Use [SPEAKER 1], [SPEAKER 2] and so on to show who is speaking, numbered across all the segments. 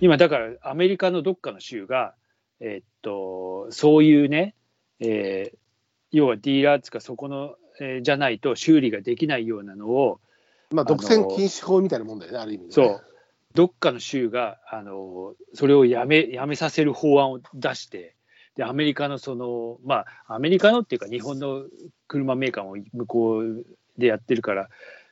[SPEAKER 1] 今だからアメリカのどっかの州が、えっとそういうね、えー要はディーラーっつうかそこの、えーじゃないと修理ができないようなのを
[SPEAKER 2] まあ、独占禁止法みたいなもんだよね、ある意味、ね。
[SPEAKER 1] そう。どっかの州があのそれをやめやめさせる法案を出してでアメリカのそのまあアメリカのっていうか日本の車メーカーも向こうでやってるから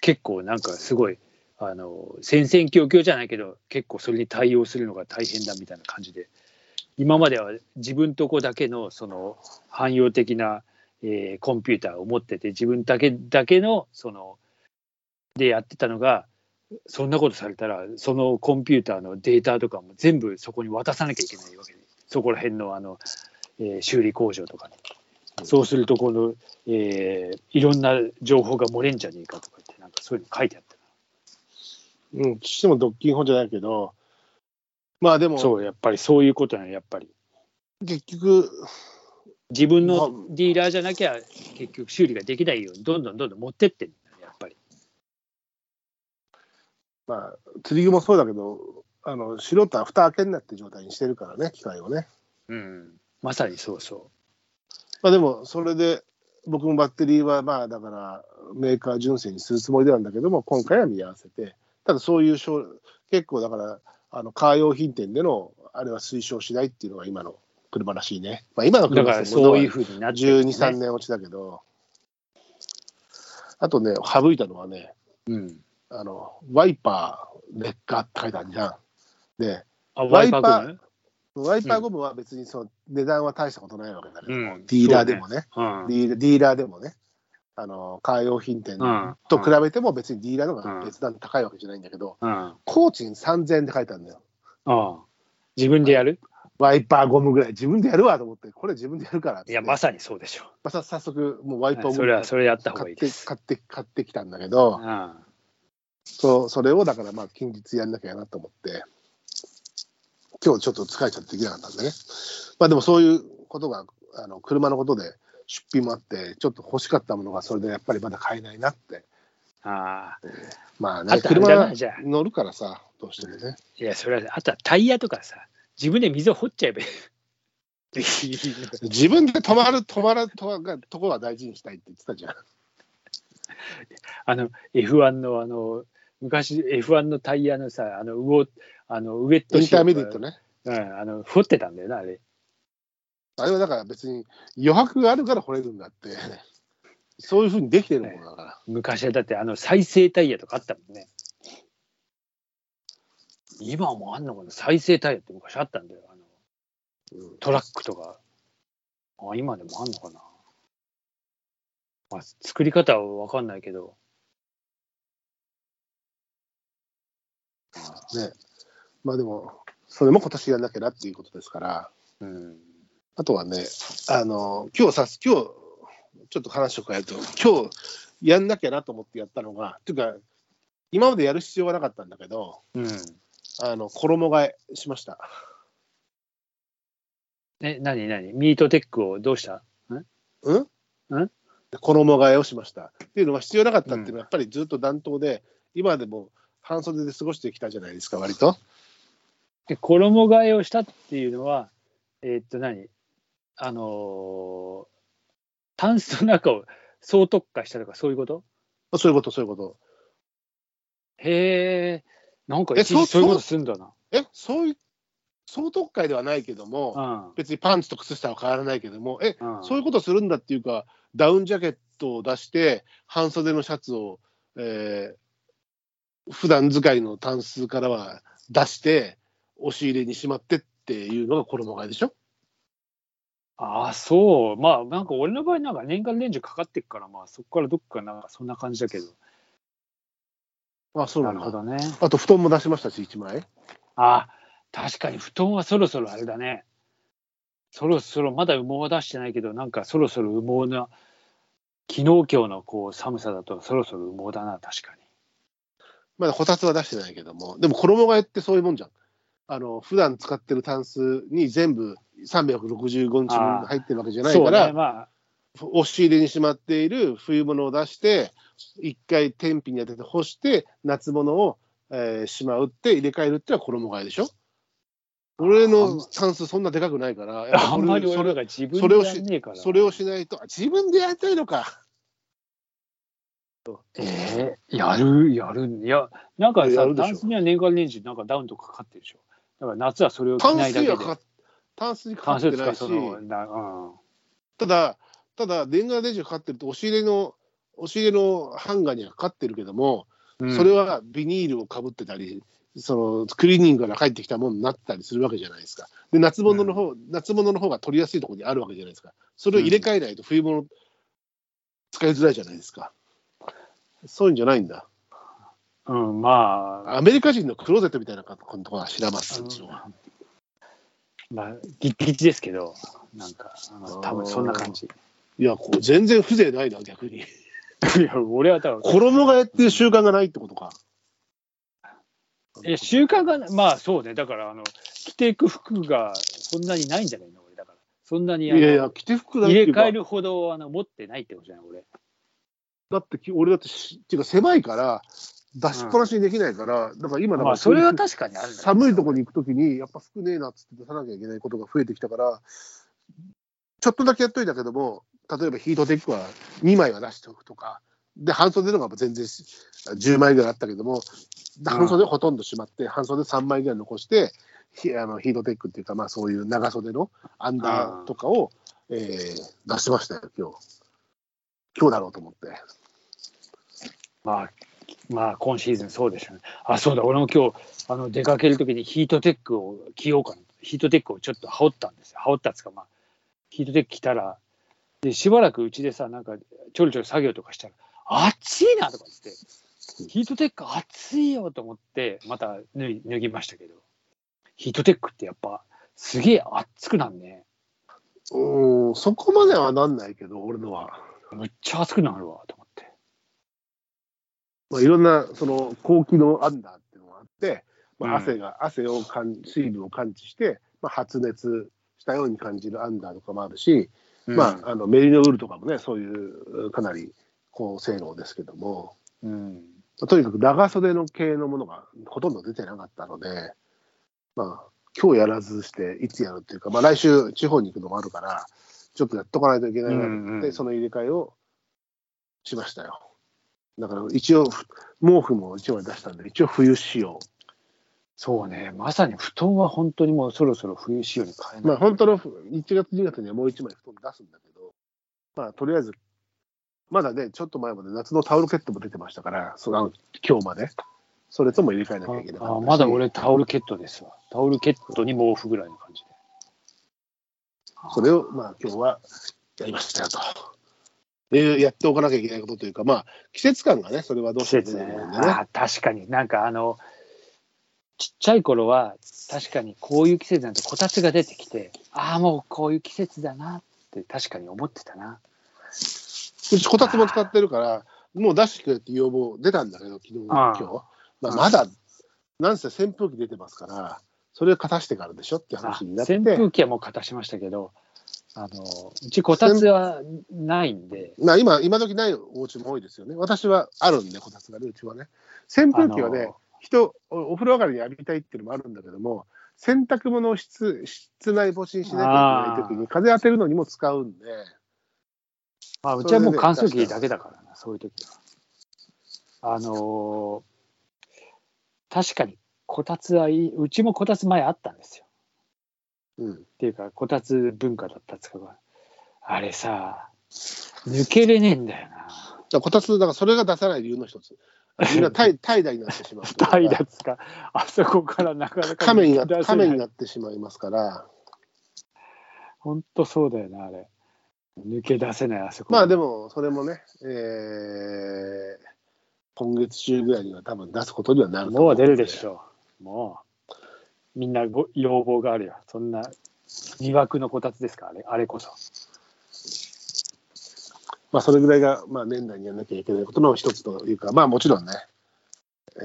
[SPEAKER 1] 結構なんかすごいあの戦々恐々じゃないけど結構それに対応するのが大変だみたいな感じで今までは自分とこだけのその汎用的な、えーコンピューターを持ってて自分だけだけのそのでやってたのがそんなことされたらそのコンピューターのデータとかも全部そこに渡さなきゃいけないわけでそこら辺のあの、えー修理工場とかにそうするとこの、えーいろんな情報が漏れんじゃねえかとか言ってなんかそういうの書いてあった
[SPEAKER 2] うん、しても独禁法じゃないけど、まあでも、
[SPEAKER 1] そうやっぱりそういうことなのやっぱり
[SPEAKER 2] 結局、
[SPEAKER 1] 自分のディーラーじゃなきゃ結局修理ができないようにどんどんどんどん持ってってんだよねやっぱり
[SPEAKER 2] まあ、釣り具もそうだけど、あの素人は蓋開けんなって状態にしてるからね、機械をね。
[SPEAKER 1] うんまさにそうそ
[SPEAKER 2] まあでも、それで、僕もバッテリーは、まあだから、メーカー純正にするつもりではあるんだけども、今回は見合わせて、ただそういう商、結構だから、あのカー用品店での、あれは推奨しないっていうのが今の車らしいね。まあ、今の
[SPEAKER 1] うだ
[SPEAKER 2] 車
[SPEAKER 1] からそういうふうになってんだ
[SPEAKER 2] 12、
[SPEAKER 1] よ
[SPEAKER 2] 3年落ちだけど、あとね、省いたのはね、
[SPEAKER 1] うん、
[SPEAKER 2] あのワイパー劣化って書いてあるじゃん。で、
[SPEAKER 1] あ
[SPEAKER 2] ワ
[SPEAKER 1] ワ
[SPEAKER 2] イ
[SPEAKER 1] イ
[SPEAKER 2] パ
[SPEAKER 1] パー
[SPEAKER 2] ー
[SPEAKER 1] ゴム
[SPEAKER 2] ワイパーゴムは別にその値段は大したことないわけだけど、
[SPEAKER 1] うん
[SPEAKER 2] ディーラーでもね
[SPEAKER 1] うん
[SPEAKER 2] ディーラーディーラーでもね、あのカー用品店
[SPEAKER 1] うん
[SPEAKER 2] と比べても別にディーラーの方が別段高いわけじゃないんだけど、
[SPEAKER 1] うんあ
[SPEAKER 2] 工賃3000円って書いてあるんだよ。
[SPEAKER 1] あ自分でやる
[SPEAKER 2] ワイパーゴムぐらい自分でやるわと思って、これ自分でやるからって
[SPEAKER 1] いやまさにそうでしょ
[SPEAKER 2] まあさ早速、もうワイパーゴ
[SPEAKER 1] う
[SPEAKER 2] ム
[SPEAKER 1] それはそれやった方が
[SPEAKER 2] 買
[SPEAKER 1] い
[SPEAKER 2] っ
[SPEAKER 1] いで
[SPEAKER 2] て
[SPEAKER 1] す
[SPEAKER 2] 買って買ってきたんだけど、
[SPEAKER 1] うん
[SPEAKER 2] そうそれをだからまあ近日やんなきゃなと思って今日ちょっと疲れちゃってできなかったんでねまあでもそういうことがあの車のことで出費もあってちょっと欲しかったものがそれでやっぱりまだ買えないなって
[SPEAKER 1] ああ
[SPEAKER 2] まあ
[SPEAKER 1] あ
[SPEAKER 2] ね
[SPEAKER 1] ったんじゃな
[SPEAKER 2] 車
[SPEAKER 1] いじゃあ
[SPEAKER 2] 乗るからさどうしてもね
[SPEAKER 1] いやそれはあとはタイヤとかさ自分で水を掘っちゃ えばいい
[SPEAKER 2] 自分で止まる止まるとこがとこは大事にしたいって言ってたじゃん
[SPEAKER 1] あの F1 のあの昔 F1 のタイヤのさあのウォあのウエット
[SPEAKER 2] イン
[SPEAKER 1] シー
[SPEAKER 2] ター
[SPEAKER 1] ト
[SPEAKER 2] メディットね
[SPEAKER 1] うん、あの掘ってたんだよなあれ
[SPEAKER 2] あれはだから別に余白があるから惚れるんだってそういうふうにできてるものだから、
[SPEAKER 1] 昔はだってあの再生タイヤとかあったもんね今もあんのかな再生タイヤって昔あったんだよあの
[SPEAKER 2] うん
[SPEAKER 1] トラックとかあ今でもあんのかな、まあ、作り方は分かんないけど
[SPEAKER 2] ね、まあでも、それも今年やんなきゃなっていうことですから、
[SPEAKER 1] うん
[SPEAKER 2] あとはね、あの今日さ、今日ちょっと話を変えると、今日やんなきゃなと思ってやったのが、というか、今までやる必要がなかったんだけど、
[SPEAKER 1] うん
[SPEAKER 2] あの衣替えしました。
[SPEAKER 1] え何何ミートテックをどうした
[SPEAKER 2] うん
[SPEAKER 1] うん
[SPEAKER 2] 衣替えをしました。っていうのは必要なかったっていうのは、やっぱりずっと暖冬で、今でも半袖で過ごしてきたじゃないですか、割と。
[SPEAKER 1] で衣替えをしたっていうのはえーっと何あのータンスの中を総特化したとかそういうこと
[SPEAKER 2] そういうこと、そういうこと。
[SPEAKER 1] へえなんか
[SPEAKER 2] え
[SPEAKER 1] 一時
[SPEAKER 2] そ
[SPEAKER 1] そうういうことすんだな
[SPEAKER 2] え、そういう、総特会ではないけども、別にパンツと靴下は変わらないけども、え、
[SPEAKER 1] うん、うん、
[SPEAKER 2] そういうことするんだっていうか、ダウンジャケットを出して、半袖のシャツを、えー普段使いのタンスからは出して、押し入れにしまってっていうのが衣替えでしょ
[SPEAKER 1] ああそうまあなんか俺の場合なんか年間年中かかってっからまあそこからどっかなんかそんな感じだけど
[SPEAKER 2] あ、そう
[SPEAKER 1] な
[SPEAKER 2] な
[SPEAKER 1] る
[SPEAKER 2] ん
[SPEAKER 1] ほ
[SPEAKER 2] だ。
[SPEAKER 1] どね
[SPEAKER 2] あと、布団も出しましたし、1枚。
[SPEAKER 1] あ確かに布団はそろそろあれだね。そろそろまだ羽毛は出してないけどなんかそろそろ羽毛な昨日今日のこう寒さだとそろそろ羽毛だな確かに。
[SPEAKER 2] まだこたつは出してないけども、でも衣替えってそういうもんじゃん。あの普段使ってるタンスに全部365日分入ってるわけじゃない
[SPEAKER 1] そう
[SPEAKER 2] から、
[SPEAKER 1] ねまあ
[SPEAKER 2] 押し入れにしまっている冬物を出して一回天日に当てて干して夏物を、えーしまうって入れ替えるってのは衣替えでしょ俺のスタンスそんなでかくないから、やっぱ
[SPEAKER 1] あんまり
[SPEAKER 2] そ
[SPEAKER 1] 俺ら
[SPEAKER 2] れ
[SPEAKER 1] が自分
[SPEAKER 2] それを
[SPEAKER 1] で
[SPEAKER 2] し
[SPEAKER 1] やんねえから。
[SPEAKER 2] それをしないと、あ自分でやりたいのか。
[SPEAKER 1] えー、やるやるいやなんか
[SPEAKER 2] いやや
[SPEAKER 1] さ
[SPEAKER 2] るでしょ
[SPEAKER 1] ダンスには年がら年中なんかダウンとかかかってるでしょだから夏はそれを着
[SPEAKER 2] タン
[SPEAKER 1] ない
[SPEAKER 2] ス
[SPEAKER 1] だけ
[SPEAKER 2] に
[SPEAKER 1] で
[SPEAKER 2] はかタンスにかか
[SPEAKER 1] 関
[SPEAKER 2] っ
[SPEAKER 1] 数と
[SPEAKER 2] てない
[SPEAKER 1] か
[SPEAKER 2] し
[SPEAKER 1] そ、のな、うん、
[SPEAKER 2] ただ、ただ、年がら年中かかってると、押し入れの、押し入れのハンガーにはかかってるけども、
[SPEAKER 1] うん
[SPEAKER 2] それはビニールをかぶってたり、そのクリーニングから帰ってきたものになったりするわけじゃないですか。で、夏物の方、夏物の方が取りやすいところにあるわけじゃないですか。それを入れ替えないと冬物、使いづらいじゃないですか。そういうんじゃないんだ。
[SPEAKER 1] うん、まあ
[SPEAKER 2] アメリカ人のクローゼットみたいなことは知らます。うちのは
[SPEAKER 1] まあギッチギチですけどなんかうん多分そんな感じ
[SPEAKER 2] いや、こう全然風情ないな、逆に。
[SPEAKER 1] いや俺は多分
[SPEAKER 2] 衣替えっていう習慣がないってことか。
[SPEAKER 1] いや習慣がなまあそうねだからあの着ていく服がそんなにないんじゃないの俺だからそんなに
[SPEAKER 2] い
[SPEAKER 1] あの
[SPEAKER 2] やいや、着て服だ
[SPEAKER 1] 入れ
[SPEAKER 2] け
[SPEAKER 1] 替えるほどあの持ってないってことじゃない俺
[SPEAKER 2] だってき、俺だってし、っていうか狭いから、出しっぱなしにできないから、だから今だ
[SPEAKER 1] ま
[SPEAKER 2] から
[SPEAKER 1] あそれは
[SPEAKER 2] そういう
[SPEAKER 1] 確かにあるんだけど
[SPEAKER 2] 寒いところに行くときに、やっぱ服ねえなっつって出さなきゃいけないことが増えてきたから、ちょっとだけやっといたけども、例えばヒートテックは2枚は出しておくとか、で、半袖の方が全然し10枚ぐらいあったけども、半袖ほとんどしまって、半袖3枚ぐらい残して、ひあのヒートテックっていうか、まあそういう長袖のアンダーとかを、えー出してましたよ、今日。今日だろうと思って。
[SPEAKER 1] まあ、まあ、今シーズンそうでしょうね。あ、そうだ、俺も今日、あの出かけるときにヒートテックを着ようかなと。ヒートテックをちょっと羽織ったんですよ。羽織ったっつうか、まあ、ヒートテック着たら、で、しばらくうちでさ、なんか、ちょろちょろ作業とかしたら、暑いなとか言って、ヒートテック暑いよと思って、また脱い脱ぎましたけど、ヒートテックってやっぱ、すげえ暑くなんね。
[SPEAKER 2] うーん、そこまではなんないけど、俺のは。
[SPEAKER 1] むっちゃ暑くなるわ、と思って。
[SPEAKER 2] まあ、いろんなその高機能アンダーっていうのがあって、ま
[SPEAKER 1] うん
[SPEAKER 2] あ、汗が、汗を感じ水分を感知して、まあ、発熱したように感じるアンダーとかもあるし、まあ、あのメリノウールとかもねそういうかなり高性能ですけども、
[SPEAKER 1] うん。
[SPEAKER 2] まあとにかく長袖の系のものがほとんど出てなかったのでまあ今日やらずしていつやるっていうか、まあ、来週地方に行くのもあるからちょっとやっとかないといけないなと思って、
[SPEAKER 1] うんうん
[SPEAKER 2] その入れ替えをしましたよ。だから一応毛布も一枚出したんで一応冬仕様
[SPEAKER 1] そうね、まさに布団は本当にもうそろそろ冬仕様に変えないと
[SPEAKER 2] まあ本当の1月2月にはもう1枚布団出すんだけどまあとりあえずまだねちょっと前まで夏のタオルケットも出てましたからそのあの今日までそれとも入れ替えなきゃいけなかった
[SPEAKER 1] あ
[SPEAKER 2] し
[SPEAKER 1] まだ俺タオルケットですわタオルケットに毛布ぐらいの感じで
[SPEAKER 2] それをまあ今日はやりましたよと。でやっておかなきゃいけないことというか、まあ、季節感がね、それはどう
[SPEAKER 1] 季
[SPEAKER 2] しても
[SPEAKER 1] 節
[SPEAKER 2] 出て
[SPEAKER 1] ね
[SPEAKER 2] くるんでね。
[SPEAKER 1] あ確かになんかあのちっちゃい頃は確かにこういう季節なんてこたつが出てきてああもうこういう季節だなって確かに思ってたな
[SPEAKER 2] うちこたつも使ってるから、もう出してくれって要望出たんだけど、昨日、
[SPEAKER 1] あ
[SPEAKER 2] 今
[SPEAKER 1] あ
[SPEAKER 2] 日。まあ、
[SPEAKER 1] うん
[SPEAKER 2] まだ、なんせ扇風機出てますから、それを勝たしてからでしょって
[SPEAKER 1] あ
[SPEAKER 2] 話になって、
[SPEAKER 1] 扇風機はもう片しましたけどあのうちこたつはないんで
[SPEAKER 2] まあ今、今時ないお家も多いですよね。私はあるんで、こたつがね、うちはね。扇風機は
[SPEAKER 1] あ
[SPEAKER 2] ね
[SPEAKER 1] の、
[SPEAKER 2] 人、おお風呂上がりに浴びたいっていうのもあるんだけども、洗濯物を室室内干しにしなきゃいけない時に、風当てるのにも使うんで、
[SPEAKER 1] まあ、うちはもう
[SPEAKER 2] それでね
[SPEAKER 1] 乾燥機だけだからな、そういう時は。あのー確かに、こたつはいい、うちもこたつ前あったんですよ。
[SPEAKER 2] うん、
[SPEAKER 1] っていうか、こたつ文化だったっつうか、あれさ、抜けれねえんだよな。
[SPEAKER 2] だからこたつ、だからそれが出さない理由の一 つ。み んな怠怠惰になってしまうというか。
[SPEAKER 1] 怠惰っつうか、あそこからなかなか
[SPEAKER 2] 亀にな
[SPEAKER 1] 抜け出せ
[SPEAKER 2] 亀に
[SPEAKER 1] ない。
[SPEAKER 2] なってしまいますから、
[SPEAKER 1] ほんとそうだよな、あれ。抜け出せない、あそこ。
[SPEAKER 2] まあで
[SPEAKER 1] も、
[SPEAKER 2] も、それもね、えー今月中ぐらいには多分出すことにはなると
[SPEAKER 1] も
[SPEAKER 2] 思
[SPEAKER 1] う
[SPEAKER 2] の
[SPEAKER 1] 出るでしょう。もう、みんなご要望があるよ。そんな、魅惑のこたつですか、あれあれこそ。
[SPEAKER 2] まあ、それぐらいが、まあ、年内にやらなきゃいけないことの一つというか、まあ、もちろんね、えー、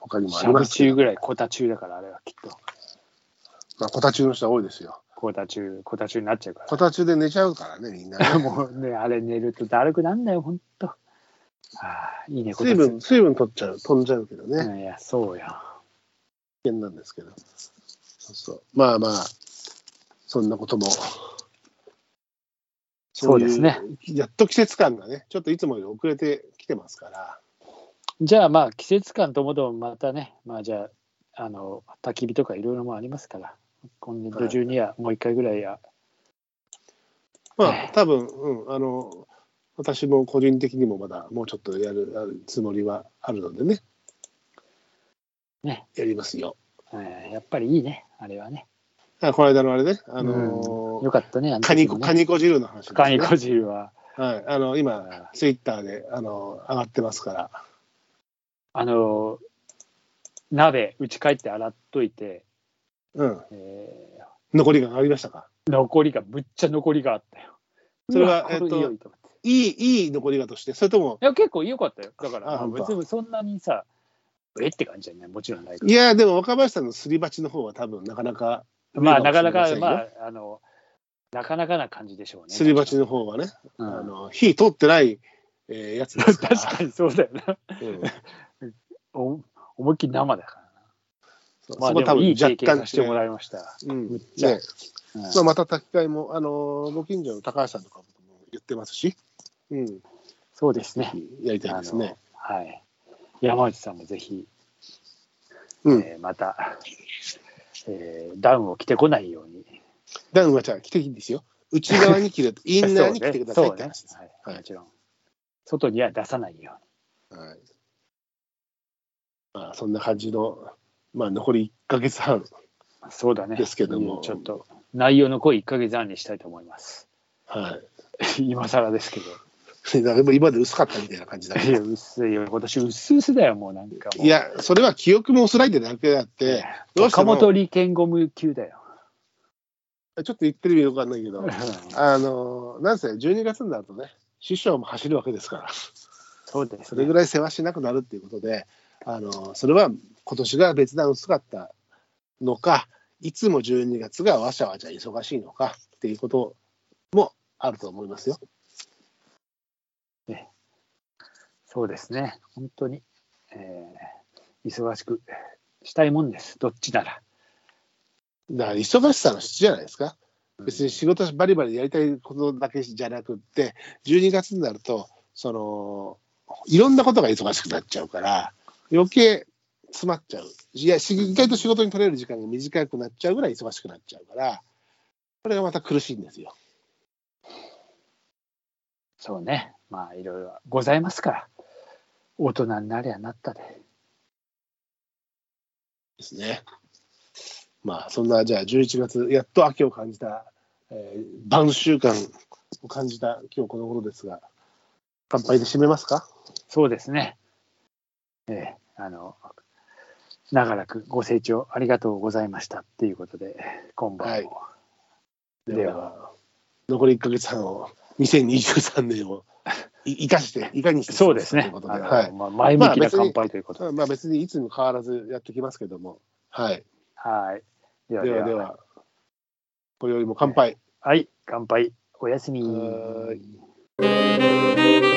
[SPEAKER 2] 他にもあ
[SPEAKER 1] シ
[SPEAKER 2] り
[SPEAKER 1] ャ
[SPEAKER 2] ま
[SPEAKER 1] ブ
[SPEAKER 2] すけ
[SPEAKER 1] 中
[SPEAKER 2] ど、
[SPEAKER 1] ぐらい、コタ中だから、あれはきっと。
[SPEAKER 2] まあ、こた中の人は多いですよ。
[SPEAKER 1] コタ中、コタ中になっちゃうか
[SPEAKER 2] こた中で寝ちゃうからね、みんなね、
[SPEAKER 1] ら。 もうね、あれ寝るとだるくなんだよ、ほんと。ああ、いいね、こた
[SPEAKER 2] 水分、水分取っちゃう、飛んじゃうけどね、
[SPEAKER 1] いや、そうや。
[SPEAKER 2] 危険なんですけど。そうそう。まあまあ、そんなことも。
[SPEAKER 1] そうですね。
[SPEAKER 2] やっと季節感がね、ちょっといつもより遅れてきてますから。
[SPEAKER 1] じゃあまあ季節感ともどもまたね、まあじゃあ、あの、焚き火とかいろいろもありますから、今年度中にはもう一回ぐらいや、
[SPEAKER 2] まあ、多分、うん、あの、私も個人的にもまだもうちょっとやるやるつもりはあるのでね。
[SPEAKER 1] ね。
[SPEAKER 2] やりますよ。
[SPEAKER 1] えーやっぱりいいね、あれはね。
[SPEAKER 2] あこの間のあれね、あのー
[SPEAKER 1] よかったね、あの
[SPEAKER 2] カ
[SPEAKER 1] 時
[SPEAKER 2] ニ
[SPEAKER 1] も
[SPEAKER 2] コ
[SPEAKER 1] ね
[SPEAKER 2] カニコ汁の話、ね。
[SPEAKER 1] カニコ汁は。
[SPEAKER 2] はい。あの、今、ツイッターで、あの、上がってますから。
[SPEAKER 1] あの、鍋、家帰って洗っといて、
[SPEAKER 2] うん。
[SPEAKER 1] え
[SPEAKER 2] 残りがありましたか
[SPEAKER 1] ー残りが、ぶっちゃ残りがあったよ。
[SPEAKER 2] それは
[SPEAKER 1] うわこ
[SPEAKER 2] えっと
[SPEAKER 1] いいよいと思って
[SPEAKER 2] いい、いい残りがとして、それとも、
[SPEAKER 1] いや、結構良かったよ。だから、
[SPEAKER 2] あ
[SPEAKER 1] まあ
[SPEAKER 2] 本当
[SPEAKER 1] 別にそんなにさ、えって感じじゃない、もちろんないけ
[SPEAKER 2] い
[SPEAKER 1] ど。
[SPEAKER 2] や、でも若林さんのすり鉢の方は多分なかなか、
[SPEAKER 1] まあ、なかなか、
[SPEAKER 2] 見えるもしれ
[SPEAKER 1] ま
[SPEAKER 2] ませんよ
[SPEAKER 1] あ、あの、なかなかな感じでしょうね。
[SPEAKER 2] すり鉢の方はね、
[SPEAKER 1] うん
[SPEAKER 2] あの火通ってない、えーやつ ですから。
[SPEAKER 1] 確かにそうだよな。
[SPEAKER 2] うん
[SPEAKER 1] お思いっきり生だからな。
[SPEAKER 2] そう
[SPEAKER 1] まあ、
[SPEAKER 2] そこ
[SPEAKER 1] で
[SPEAKER 2] 多
[SPEAKER 1] も
[SPEAKER 2] 分
[SPEAKER 1] いい経
[SPEAKER 2] 若
[SPEAKER 1] 験
[SPEAKER 2] 干
[SPEAKER 1] させても
[SPEAKER 2] う。
[SPEAKER 1] らいました。
[SPEAKER 2] うんね
[SPEAKER 1] ちゃうん
[SPEAKER 2] まあ、また炊き替えも、あのーご近所の高橋さんとかも言ってますし、うん、
[SPEAKER 1] そうですね。
[SPEAKER 2] やりたいですね。
[SPEAKER 1] あのはい。山内さんもぜひ、
[SPEAKER 2] うん、
[SPEAKER 1] えーまた、えーダウンを着てこないように。
[SPEAKER 2] ダウンはじゃあ着ていいんですよ。内側に着る、インナーに着てください
[SPEAKER 1] そ
[SPEAKER 2] っ
[SPEAKER 1] う
[SPEAKER 2] て
[SPEAKER 1] ね
[SPEAKER 2] 話です。
[SPEAKER 1] そうねは。
[SPEAKER 2] はいい
[SPEAKER 1] もちろん。外には出さないよ
[SPEAKER 2] はいまあ、そんな感じの、まあ、残り1か月半、
[SPEAKER 1] うに。そうだね。
[SPEAKER 2] ですけども
[SPEAKER 1] ちょっと、内容の濃い1ヶ月半にしたいと思います。
[SPEAKER 2] はい、
[SPEAKER 1] 今更ですけど。
[SPEAKER 2] でも今まで薄かったみたいな感じだね
[SPEAKER 1] いや、薄いよ。今年薄々だよ、もうなんかもう。
[SPEAKER 2] い、や、それは記憶も薄らいでだけであって、どうして
[SPEAKER 1] 岡
[SPEAKER 2] も
[SPEAKER 1] 本利権ゴム級だよ。
[SPEAKER 2] ちょっと言ってる意味よくわかんないけど、あの、なんせ12月になるとね、師匠も走るわけですから、
[SPEAKER 1] そうです、ね。
[SPEAKER 2] それぐらい世話しなくなるっていうことで、あの、それは今年が別段薄かったのか、いつも12月がわしゃわしゃ忙しいのかっていうこともあると思いますよ。
[SPEAKER 1] そうですね。本当に、えー忙しくしたいもんです。どっちなら。
[SPEAKER 2] だから忙しさの質じゃないですか。別に仕事バリバリやりたいことだけじゃなくって12月になるとそのいろんなことが忙しくなっちゃうから余計詰まっちゃういやし意外と仕事に取れる時間が短くなっちゃうぐらい忙しくなっちゃうからこれがまた苦しいんですよ。
[SPEAKER 1] そうね。まあ、いろいろございますから。大人になりゃなったで。
[SPEAKER 2] ですね。まあそんなじゃあ11月やっと秋を感じた、えー晩秋感を感じた今日この頃ですが乾杯で締めますか
[SPEAKER 1] そうですね。えーあの、長らくご清聴ありがとうございましたっていうことで、今晩も。
[SPEAKER 2] はい
[SPEAKER 1] で
[SPEAKER 2] で
[SPEAKER 1] は、
[SPEAKER 2] は、残り1ヶ月半を、2023年をい生 かして、いかにして
[SPEAKER 1] そうです
[SPEAKER 2] とい
[SPEAKER 1] ね。
[SPEAKER 2] うこと
[SPEAKER 1] あ
[SPEAKER 2] で、
[SPEAKER 1] の
[SPEAKER 2] はい。
[SPEAKER 1] まあ、前向きな乾杯ということで。
[SPEAKER 2] まあ別にいつも変わらずやってきますけども、はい。
[SPEAKER 1] はい。では
[SPEAKER 2] で
[SPEAKER 1] で
[SPEAKER 2] は
[SPEAKER 1] は。
[SPEAKER 2] では、今宵も乾杯。
[SPEAKER 1] はい。乾杯。おやすみ。
[SPEAKER 2] はーい